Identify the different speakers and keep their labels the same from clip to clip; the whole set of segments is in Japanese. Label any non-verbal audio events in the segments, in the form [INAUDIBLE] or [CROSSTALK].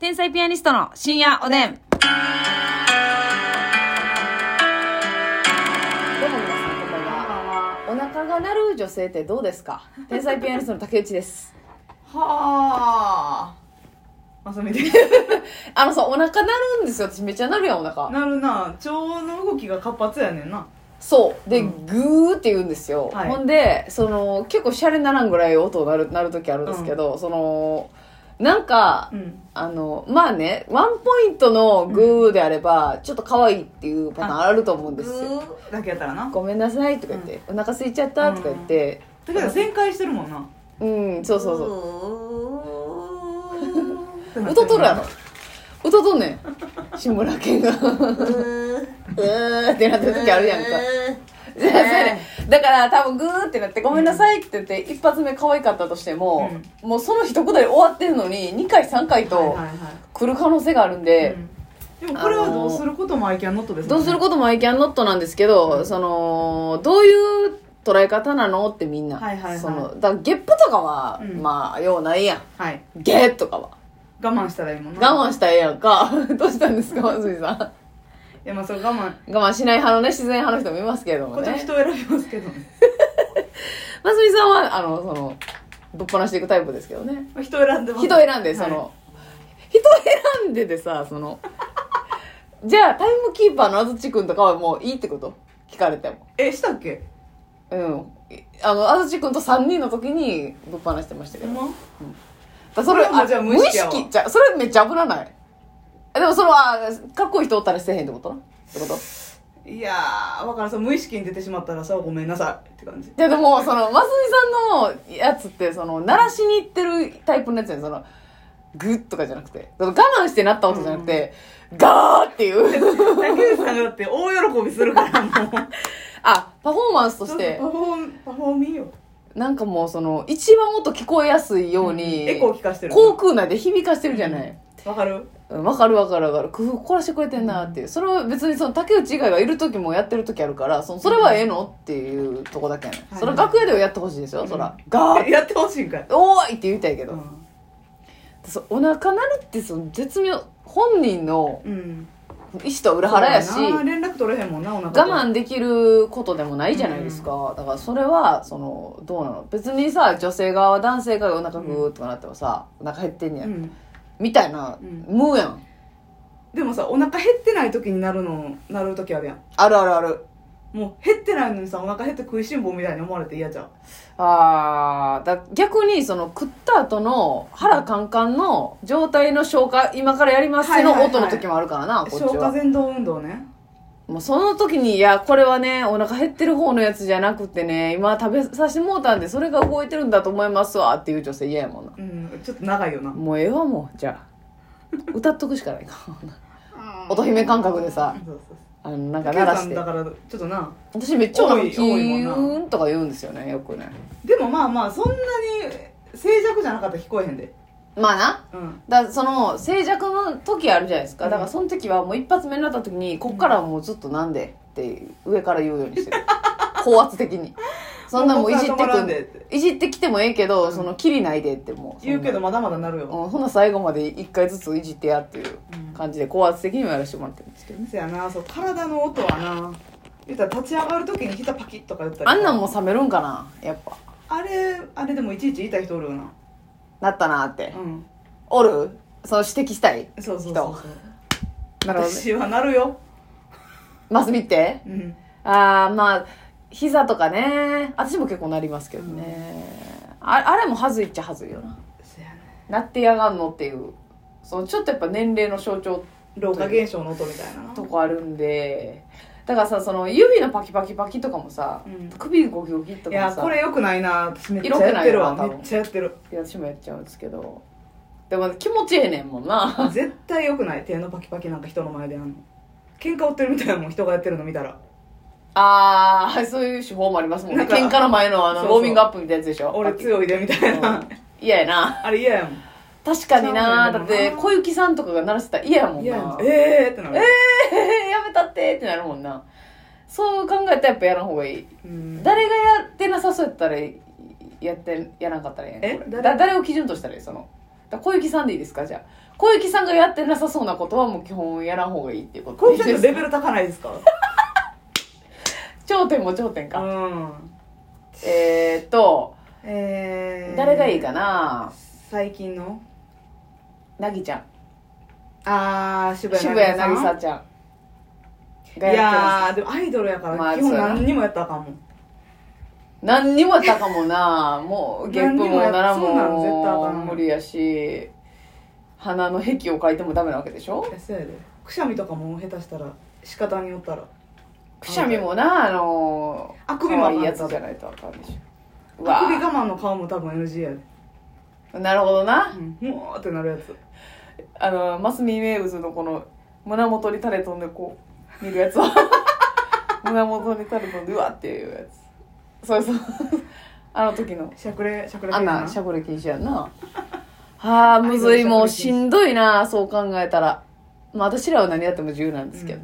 Speaker 1: 天才ピアニストの深夜おでん。
Speaker 2: どうも皆さんこんばんは。
Speaker 3: は
Speaker 2: お腹が鳴る女性ってどうです
Speaker 3: [LAUGHS]
Speaker 2: か。天才ピアニストの竹内です。
Speaker 3: あ。まさみです。
Speaker 2: [LAUGHS] あのさ、お腹鳴るんですよ。私めっちゃ鳴るやんお腹。
Speaker 3: なるな、腸の動きが活発やねんな。
Speaker 2: そう。で、
Speaker 3: うん
Speaker 2: グーって言うんですよ。
Speaker 3: はい
Speaker 2: ほんで、その結構シャレならんぐらい音鳴る鳴る時あるんですけど、そのなんか。
Speaker 3: うん。
Speaker 2: あのまあねワンポイントのグーであれば、ちょっと可愛いっていうパターンあると思うんですよ
Speaker 3: ーだけやったらな。
Speaker 2: ごめんなさいとか言って、お腹空いちゃったとか言って
Speaker 3: だけど旋回してるもんな。
Speaker 2: うん、そうそうそう
Speaker 3: そう
Speaker 2: 歌とるやろ歌とんねん志村けんが [LAUGHS] うーってなってる時あるやんかそれでだから多分グーってなって「ごめんなさい」って言って一発目可愛かったとしても、もうその一くだり終わってるのに2回3
Speaker 3: は
Speaker 2: 回
Speaker 3: い
Speaker 2: と
Speaker 3: はいはい
Speaker 2: 来る可能性があるんで、
Speaker 3: うんでもこれはどうすることもアイキャンノットですも
Speaker 2: ど
Speaker 3: ん
Speaker 2: う
Speaker 3: ね
Speaker 2: することもアイキャンノットなんですけど、そのどういう捉え方なのってみんな、
Speaker 3: はいはいはい
Speaker 2: そのだからゲップとかは、
Speaker 3: うん
Speaker 2: まあようないやん
Speaker 3: はい
Speaker 2: ゲッとかは
Speaker 3: 我慢したらいいもんな慢
Speaker 2: 我慢したらええやんか [LAUGHS] どうしたんですか松井さん
Speaker 3: いやまあそう我慢
Speaker 2: 我慢しない派のね、自然派の人もいますけれども
Speaker 3: こっちは
Speaker 2: ね。
Speaker 3: 人選びますけど
Speaker 2: [LAUGHS]
Speaker 3: ね
Speaker 2: ますみさんは、あの、その、ぶっ放していくタイプですけどね。
Speaker 3: まあ人選んでます
Speaker 2: 人選んで、その、人選んででさ、その、じゃあタイムキーパーのあずちくんとかはもういいってこと聞かれても。
Speaker 3: えしたっけ
Speaker 2: うん。いあの、あずちくんと3人の時にぶっ放してましたけ
Speaker 3: ほん
Speaker 2: ど。
Speaker 3: ま
Speaker 2: だからそ
Speaker 3: それ
Speaker 2: れ、
Speaker 3: はもうじゃあ無意識やわ
Speaker 2: 無じゃうそれめっちゃ危なない。あでもその、あ、かっこいい人おったらせえへんってことなってこと
Speaker 3: いやーわからんそう無意識に出てしまったらさごめんなさいって
Speaker 2: [LAUGHS]
Speaker 3: 感じ
Speaker 2: いやでもそのますみさんのやつってその鳴らしに行ってるタイプのやつやんそのグッとかじゃなくてその我慢してなった音じゃなくて、ガーっ
Speaker 3: [LAUGHS]
Speaker 2: ていう
Speaker 3: 竹内さんがだって大喜びするからもう
Speaker 2: あパフォーマンスと
Speaker 3: そ
Speaker 2: し
Speaker 3: う
Speaker 2: て
Speaker 3: パフォームパフォーミーよ
Speaker 2: なんかもうその一番音聞こえやすいように、
Speaker 3: エコー聞かしてる
Speaker 2: 航空内で響かしてるじゃない、
Speaker 3: わかる
Speaker 2: うんわかるわかるわかる工夫凝らしてくれてんなっていうそれは別にその竹内以外はいる時もやってる時あるからそのそれはええのっていうとこだけやね、
Speaker 3: はい
Speaker 2: それ楽屋ではやってほしいですよ、そらガーって
Speaker 3: やってほしいんかい、
Speaker 2: おーいって言いたいけど、
Speaker 3: うん
Speaker 2: そうお腹鳴るってその絶妙本人の
Speaker 3: うん、
Speaker 2: 意思とは裏腹やし
Speaker 3: そうな連絡取れへんもんなお腹と
Speaker 2: 我慢できることでもないじゃないですか、だからそれはそのどうなの別にさ女性側は男性側がお腹グーッとかなってもさ、お腹減ってんねや、
Speaker 3: うん
Speaker 2: みたいな、
Speaker 3: うん
Speaker 2: 無やん
Speaker 3: でもさお腹減ってない時になるのなる時あるやん
Speaker 2: あるあるある
Speaker 3: もう減ってないのにさお腹減って食いしん坊みたいに思われて嫌じゃん
Speaker 2: あーだ逆にその食った後の腹カンカンの状態の消化今からやります
Speaker 3: はいはい
Speaker 2: の
Speaker 3: はい
Speaker 2: 音の時もあるからな、こっ
Speaker 3: 消
Speaker 2: ちは
Speaker 3: 化全動運動ね
Speaker 2: もうその時に、いや、これはね、お腹減ってる方のやつじゃなくてね、今食べさせてもうたんで、それが動いてるんだと思いますわ、っていう女性嫌やもんな。
Speaker 3: うんちょっと長いよな
Speaker 2: もうええわ、もう。じゃあ。歌っとくしかないか。乙姫感覚でさ、
Speaker 3: そうそう
Speaker 2: あの、なん
Speaker 3: そ
Speaker 2: か
Speaker 3: うケ
Speaker 2: 鳴
Speaker 3: イ
Speaker 2: ら
Speaker 3: さ
Speaker 2: し
Speaker 3: ん
Speaker 2: て
Speaker 3: だ。からちょっとな
Speaker 2: 私めっちゃお腹
Speaker 3: 多
Speaker 2: キ
Speaker 3: い多いもんな
Speaker 2: ーンとか言うんですよね、よくね。
Speaker 3: でもまあまあそんなに静寂じゃなかったら聞こえへんで
Speaker 2: まあな。
Speaker 3: うん
Speaker 2: だその、静寂の時あるじゃないですか。
Speaker 3: うん
Speaker 2: だからその時はもう一発目になった時に、こっからはもうずっとなんでって上から言うようにしてる。高圧的に。そんなもういじって
Speaker 3: ここから
Speaker 2: く
Speaker 3: 止まらん
Speaker 2: ん
Speaker 3: でっ
Speaker 2: で。
Speaker 3: て
Speaker 2: いじってきてもええけ
Speaker 3: う
Speaker 2: ど、
Speaker 3: ん
Speaker 2: その、きりないでってもう。
Speaker 3: 言うけど
Speaker 2: そん
Speaker 3: まだまだなる
Speaker 2: な、
Speaker 3: よ
Speaker 2: うん、ほな最後まで一回ずついじってやっていう
Speaker 3: うん
Speaker 2: 感じで、高圧的にもやらせてもらってるんですけど。
Speaker 3: せやなそう体の音はな言ったら立ち上がる時に膝パキッとか言ったり
Speaker 2: あんなんも冷めるんかなやっぱ。
Speaker 3: あれあれでもいちいち言いたい人おるよな
Speaker 2: なったなーって
Speaker 3: う。ん
Speaker 2: おるその指摘したい。
Speaker 3: そうそうそうそう
Speaker 2: なるほどね。
Speaker 3: 私はなるよ
Speaker 2: マスミって
Speaker 3: うん
Speaker 2: あー、まあ、膝とかね。私も結構なりますけどね。ああれもはずいっちゃはずいよな。
Speaker 3: せやね
Speaker 2: なってやがんのっていう。そのちょっとやっぱ年齢の象徴
Speaker 3: 老化現象の音みたいなな
Speaker 2: とこあるんでだからさその指のパキパキパキとかもさ、
Speaker 3: うん
Speaker 2: 首ゴキゴキと
Speaker 3: い
Speaker 2: かも
Speaker 3: や
Speaker 2: さ
Speaker 3: これよくないな私めっち
Speaker 2: 良
Speaker 3: ゃ
Speaker 2: く
Speaker 3: やっ
Speaker 2: ない
Speaker 3: て
Speaker 2: よ
Speaker 3: る
Speaker 2: な
Speaker 3: わ
Speaker 2: 多分
Speaker 3: めっちゃやってる
Speaker 2: いや私もやっちゃうんですけどでも気持ちええねんも
Speaker 3: [LAUGHS]
Speaker 2: んな
Speaker 3: 絶対よくない手のパキパキなんか人の前でやんの喧嘩売ってるみたいなもん人がやってるの見たら
Speaker 2: ああそういう手法もありますもん
Speaker 3: な
Speaker 2: ね
Speaker 3: んか
Speaker 2: 喧嘩の前のあの
Speaker 3: そうそう
Speaker 2: ウォーミングアップみたいなやつでしょ
Speaker 3: 俺強いでみたい
Speaker 2: パ
Speaker 3: な
Speaker 2: キうん嫌やな
Speaker 3: あれ嫌やもん
Speaker 2: 確かにな
Speaker 3: そう
Speaker 2: だ
Speaker 3: なん
Speaker 2: っ
Speaker 3: だよな
Speaker 2: て小雪さんとかが鳴らせたら嫌やもん
Speaker 3: 嫌やも
Speaker 2: なん
Speaker 3: ええーってなる
Speaker 2: えー、 [LAUGHS] やめたってってなるもんなそう考えたらやっぱやらんほうがいい
Speaker 3: うん
Speaker 2: 誰がやってなさそうやったらやってやらんかったらええやん
Speaker 3: え
Speaker 2: これ
Speaker 3: 誰
Speaker 2: だ誰を基準としたらいいそのだから小雪さんでいいですかじゃあ小雪さんがやってなさそうなことはもう基本やらん方がいいっていうこと
Speaker 3: こう
Speaker 2: で
Speaker 3: いう
Speaker 2: いい
Speaker 3: 人って
Speaker 2: です
Speaker 3: レベル高ないですか
Speaker 2: 頂点も頂点
Speaker 3: う
Speaker 2: か、
Speaker 3: ん
Speaker 2: えーっと
Speaker 3: えー、
Speaker 2: 誰がいいかな
Speaker 3: 最近の
Speaker 2: なぎちゃん
Speaker 3: ああ渋
Speaker 2: 渋
Speaker 3: 谷
Speaker 2: 谷
Speaker 3: さ
Speaker 2: なんぎさちゃんが
Speaker 3: い
Speaker 2: やってます
Speaker 3: やーでもアイドルやから、
Speaker 2: まあ
Speaker 3: 基本
Speaker 2: そうやな
Speaker 3: 何にもやったらあかんもん
Speaker 2: 何にもやったかもなもうゲップもなら
Speaker 3: 何にもやそうなん絶対あ
Speaker 2: も
Speaker 3: かん
Speaker 2: 無理やし鼻の壁を描いてもダメなわけでしょ
Speaker 3: いやそうやでくしゃみとかも下手したら仕方によったら
Speaker 2: くしゃみもなあの
Speaker 3: あくびもあ
Speaker 2: 可
Speaker 3: かん
Speaker 2: 愛いやつじゃないとあかんでしょう
Speaker 3: あ
Speaker 2: わ
Speaker 3: くび我慢の顔も多分 NG やで、
Speaker 2: あなるほどな
Speaker 3: うん、もうってなるやつ
Speaker 2: あのマスミ名物のこの胸元に垂れ飛んでこう見る
Speaker 3: [LAUGHS]
Speaker 2: やつは胸元に垂れ飛んでうわっていうやつそうそうあの時の
Speaker 3: しゃくれしゃくれ
Speaker 2: あんな
Speaker 3: 系
Speaker 2: しゃくれ禁止 [LAUGHS] やんなはあむずいもうしんどいなそう考えたらまあ私らは何やっても自由なんですけど、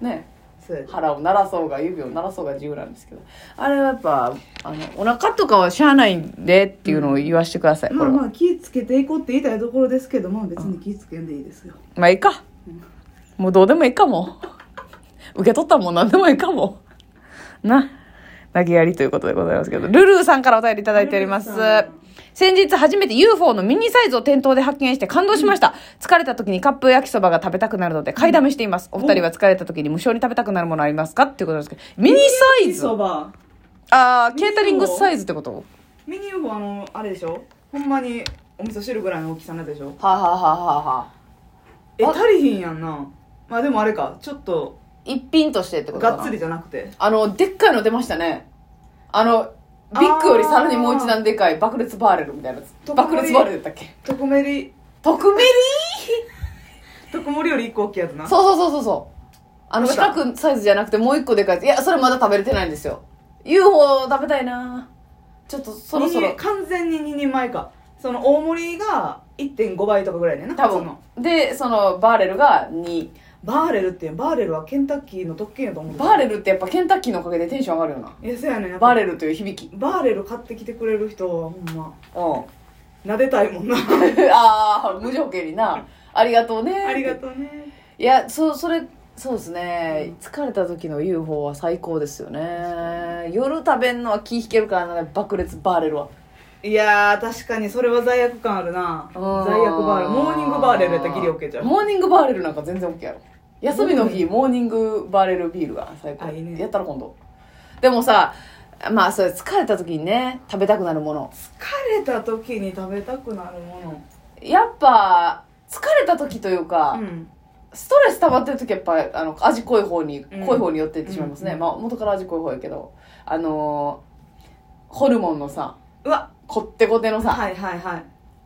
Speaker 2: ね
Speaker 3: そうやで
Speaker 2: 腹を鳴らそうが指を鳴らそうが自由なんですけどあれはやっぱあのお腹とかはしゃあないんでっていうのを言わしてください、こ
Speaker 3: まあ
Speaker 2: れは
Speaker 3: まあ気ぃつけていこうって言いたいところですけどまあ別に気ぃつけんでいいですよ
Speaker 2: まあいいかもうどうでもいいかも受け取ったもん何でもいいかもな投げやりということでございますけどルルーさんからお便りいただいております
Speaker 3: ルルーさん
Speaker 2: 先日初めて UFO のミニサイズを店頭で発見して感動しました、疲れた時にカップ焼きそばが食べたくなるので買いだめしています、お二人は疲れた時に無償に食べたくなるものありますかっていうことですけどミニサイズ
Speaker 3: そば
Speaker 2: ああケータリングサイズってことは
Speaker 3: ミニ UFO あのあれでしょほんまにお味噌汁ぐらいの大きさのやつでしょ
Speaker 2: あ、はあはあはあはあ、
Speaker 3: え
Speaker 2: あ
Speaker 3: 足りひんやんなまあでもあれかちょっと
Speaker 2: 一品としてってことかな
Speaker 3: がっつりじゃなくて
Speaker 2: あの、でっかいの出ましたね。あの、ビッグよりさらにもう一段でかい爆裂バーレルみたいなやつ。
Speaker 3: 特盛
Speaker 2: 爆裂バーレルだったっけ
Speaker 3: 特盛り
Speaker 2: 特メリ
Speaker 3: 特盛りより一個大きいやつな
Speaker 2: [LAUGHS] そうそうそうそうそう。あの、
Speaker 3: どう
Speaker 2: 四
Speaker 3: だ
Speaker 2: 角サイズじゃなくてもう一個でかいやつ。いや、それまだ食べれてないんですよ。UFO 食べたいなちょっとそろそ
Speaker 3: 二
Speaker 2: ろ
Speaker 3: 人。完全に2人前かその大盛りが1.5倍とかぐらいねな
Speaker 2: 多
Speaker 3: その
Speaker 2: 分。で、その、バーレルが2。
Speaker 3: バーレルってバーレルはケンタッキーの特権やと思う
Speaker 2: バーレルってやっぱケンタッキーのおかげでテンション上がるよな。
Speaker 3: いやそうやねんやっぱ
Speaker 2: バーレルという響き。
Speaker 3: バーレル買ってきてくれる人はほんま
Speaker 2: うん。
Speaker 3: 撫でたいも
Speaker 2: [LAUGHS]
Speaker 3: んな
Speaker 2: ああ、無条件にな。ありがとうね。
Speaker 3: ありがとうね
Speaker 2: いやそそれそうですね、疲れた時の UFO は最高ですよね夜食べんのは気引けるからな爆裂バーレルはい
Speaker 3: やー確かにそれは罪悪感あるな罪悪バーレルモーニングバーレルやったらギリオッケーじゃん
Speaker 2: モーニングバーレルなんか全然 OK やろ休みの日、モーニングバーレルビールが最高
Speaker 3: あいいね
Speaker 2: やったら今度でもさまあそれ疲れた時にね食べたくなるもの
Speaker 3: 疲れた時に食べたくなるも
Speaker 2: やっぱ疲れた時というか、
Speaker 3: のうん
Speaker 2: ストレス溜まってる時やっぱあの味濃い方に
Speaker 3: うん
Speaker 2: 濃い方に寄っていってしまいますね、
Speaker 3: うん
Speaker 2: まあ、元から味濃い方やけどあのーホルモンのさ
Speaker 3: うわ
Speaker 2: こってこてのさ、
Speaker 3: はいはいはい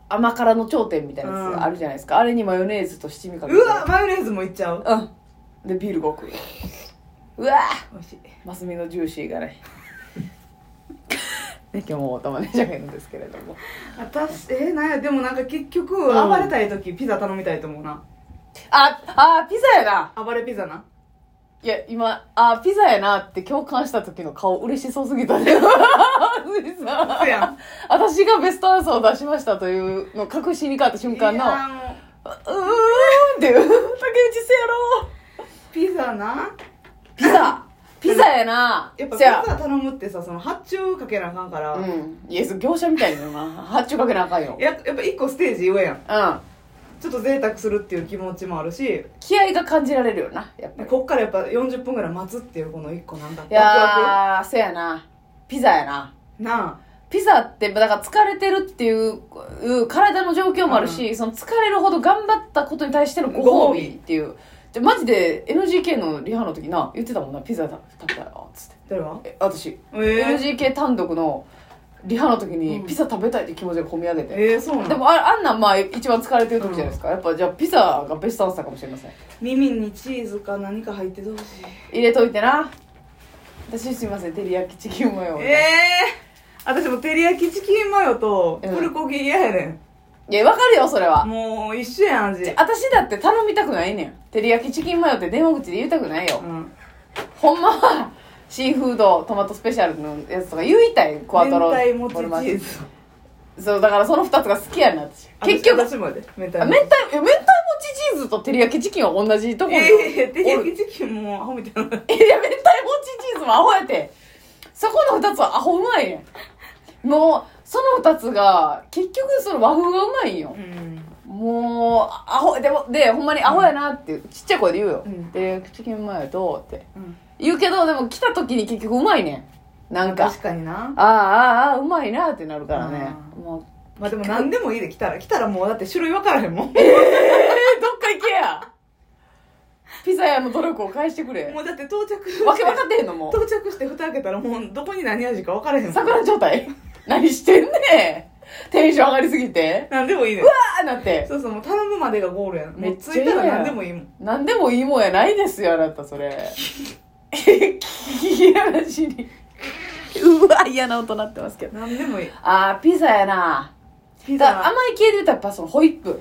Speaker 2: 甘辛の頂点みたいなや
Speaker 3: うん
Speaker 2: つあるじゃないですか、あれにマヨネーズと七味かけて
Speaker 3: うわマヨネーズもいっちゃう
Speaker 2: うんでビールごくうわ
Speaker 3: 美味しい
Speaker 2: マスミのジューシー
Speaker 3: [LAUGHS]
Speaker 2: がねね今日もお玉ねじゃないんですけれども
Speaker 3: 私えー、なんやでもなんか結局
Speaker 2: うん
Speaker 3: 暴れたい時ピザ頼みたいと思うな
Speaker 2: ああピザやな
Speaker 3: 暴れピザない
Speaker 2: や今あピザやなって共感した時の顔嬉しそうすぎ
Speaker 3: [LAUGHS]
Speaker 2: たねマスミさん
Speaker 3: そうやん
Speaker 2: 私がベストアンサーを出しましたというのを確信に変わった瞬間
Speaker 3: い
Speaker 2: の、う
Speaker 3: や
Speaker 2: ーん
Speaker 3: もう
Speaker 2: っていう、竹内せやろ
Speaker 3: ピザな
Speaker 2: ピザピザやな
Speaker 3: やっぱピ
Speaker 2: せや
Speaker 3: ザ頼むってさその発注かけなあかんから、
Speaker 2: う
Speaker 3: や
Speaker 2: ん。いや、そう業者みたいなのな。発注かけなあかんよ。
Speaker 3: やっぱ一個ステージ上やん
Speaker 2: うん。
Speaker 3: ちょっと贅沢するっていう気持ちもあるし
Speaker 2: 気合が感じられるよな、やっぱり。
Speaker 3: こっからやっぱ40分ぐらい待つっていうこの一個なんだ
Speaker 2: いやー、せやな。ピザやな。
Speaker 3: な
Speaker 2: ピザって、だから疲れてるっていう、う体の状況もあるし、その疲れるほど頑張ったことに対してのご褒美っていう。じゃ、マジで NGK のリハの時な、言ってたもんな、ピザだ食べたよ、つって。
Speaker 3: あ誰は
Speaker 2: え私、
Speaker 3: えー、
Speaker 2: NGK 単独のリハの時に
Speaker 3: うん
Speaker 2: ピザ食べたいって気持ちが込み上げて、
Speaker 3: えー、そうな
Speaker 2: で
Speaker 3: の
Speaker 2: もああんなんまあ一番疲れてる時じゃないですか、やっぱじゃあピザがベストアンサーかもしれません
Speaker 3: 耳にチーズか何か入っててほしい
Speaker 2: 入れといてな私すいません照り焼きチキンマヨを、
Speaker 3: ええー、私も照り焼きチキンマヨと
Speaker 2: うん
Speaker 3: プルコギ嫌やね
Speaker 2: いやわかるよそれ
Speaker 3: ん
Speaker 2: は
Speaker 3: もう一緒やん味
Speaker 2: で私だって頼みたくないねん照り焼きチキンマヨって電話口で言いたくないよ、
Speaker 3: うん
Speaker 2: ほんまはシーフードトマトスペシャルのやつとか言いたいクワトロ
Speaker 3: 明太もちチ
Speaker 2: ボルマ
Speaker 3: ーズ
Speaker 2: そうだからその2つが好きやな私結局
Speaker 3: 私私まで明太
Speaker 2: あ
Speaker 3: 子
Speaker 2: 明太え明太餅チーズと照り焼きチキンは同じとこに、
Speaker 3: ええー、照り
Speaker 2: おる
Speaker 3: 焼きチキンもアホみたいな
Speaker 2: いや明太餅チーズもアホやてそこの2つはアホうまいねんもうその2つが結局その和風がうまいんよ
Speaker 3: うん
Speaker 2: もうアホでもでほんまにアホやなっていうちっちゃい声で言うよ
Speaker 3: うん
Speaker 2: 「照り焼きチキンうまいよどう?」って
Speaker 3: うん
Speaker 2: 言うけどでも来た時に結局うまいねんなんか
Speaker 3: 確かにな
Speaker 2: ああああうまいなってなるからね
Speaker 3: あ
Speaker 2: もう
Speaker 3: まあでも何でもいいで来たら来たらもうだって種類分からへんもん
Speaker 2: えーどっか行けやピザ屋の努力を返してくれ
Speaker 3: もうだって到着
Speaker 2: わけ分かってへんのも
Speaker 3: [LAUGHS]
Speaker 2: う
Speaker 3: 到着して蓋開けたらもうどこに何味か分からへんもん
Speaker 2: 桜状態何してんねんテンション上がりすぎて
Speaker 3: 何でもいいねん
Speaker 2: あーなって
Speaker 3: そうそうもう頼むまでがゴールやん
Speaker 2: め
Speaker 3: も
Speaker 2: っ
Speaker 3: う
Speaker 2: ちゃ
Speaker 3: 着いたら
Speaker 2: 嫌や
Speaker 3: 何でもいいもん
Speaker 2: 何でもいいもんやないですよあなたそれ
Speaker 3: [LAUGHS]
Speaker 2: いやらしにうわ嫌な音なってますけど
Speaker 3: 何でもいい
Speaker 2: あーピザやな
Speaker 3: ピ
Speaker 2: だから甘い系で言ったらやっぱそのホイップ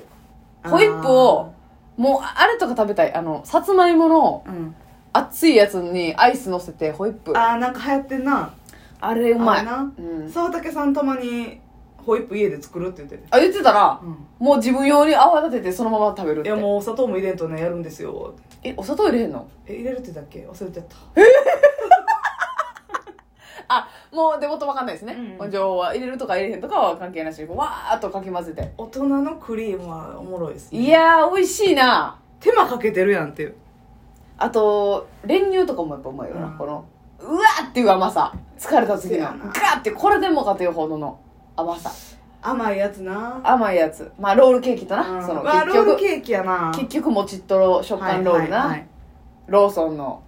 Speaker 2: ホイップをもうあれとか食べたいあのさつまいもの
Speaker 3: あーうん
Speaker 2: 熱いやつにアイス乗せてホイップ
Speaker 3: あーなんか流行ってんな
Speaker 2: あれうまい。
Speaker 3: あれな
Speaker 2: うん。
Speaker 3: 沢竹さんたまにホイップ家で作るって言ってる、
Speaker 2: あ、言ってたな。
Speaker 3: うん
Speaker 2: もう自分用に泡立ててそのまま食べるっ
Speaker 3: い
Speaker 2: て。
Speaker 3: やもうお砂糖も入れんとねやるんですよ
Speaker 2: え、お砂糖入れへんの
Speaker 3: え入れるって言ったっけ忘れちゃった
Speaker 2: あ、もう、でもっとわかんないですね。
Speaker 3: うんうん
Speaker 2: 情報は入れるとか入れへんとかは関係なしに、こうわーっとかき混ぜて。
Speaker 3: 大人のクリームはおもろいですね
Speaker 2: いやー、美味しいな。
Speaker 3: 手間かけてるやんっていう
Speaker 2: あと、練乳とかもやっぱうまいよな。
Speaker 3: うん
Speaker 2: この、うわーっていう甘さ。疲れた時
Speaker 3: せ
Speaker 2: の。
Speaker 3: や
Speaker 2: ガ
Speaker 3: な
Speaker 2: ーって、これでもかというほどの甘さ。
Speaker 3: 甘いやつな
Speaker 2: 甘いやつ。まあ、ロールケーキとな。
Speaker 3: うん
Speaker 2: その、
Speaker 3: うわ
Speaker 2: 結
Speaker 3: ロール
Speaker 2: 局、
Speaker 3: ケーキやな
Speaker 2: 結局、もちっとろ食感ロールな。
Speaker 3: はいはいはい
Speaker 2: ローソンの。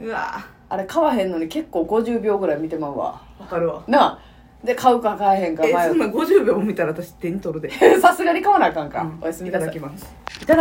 Speaker 3: うわ
Speaker 2: あれ買わへんのに結構50秒ぐらい見てまうわ
Speaker 3: わかるわ
Speaker 2: なあで買うか買えへんか
Speaker 3: えそん
Speaker 2: 迷
Speaker 3: な50秒も見たら私手に取るで
Speaker 2: う [LAUGHS] さすがに買わなあかんか、
Speaker 3: うん
Speaker 2: おやすみなさい
Speaker 3: ただきます
Speaker 2: いただ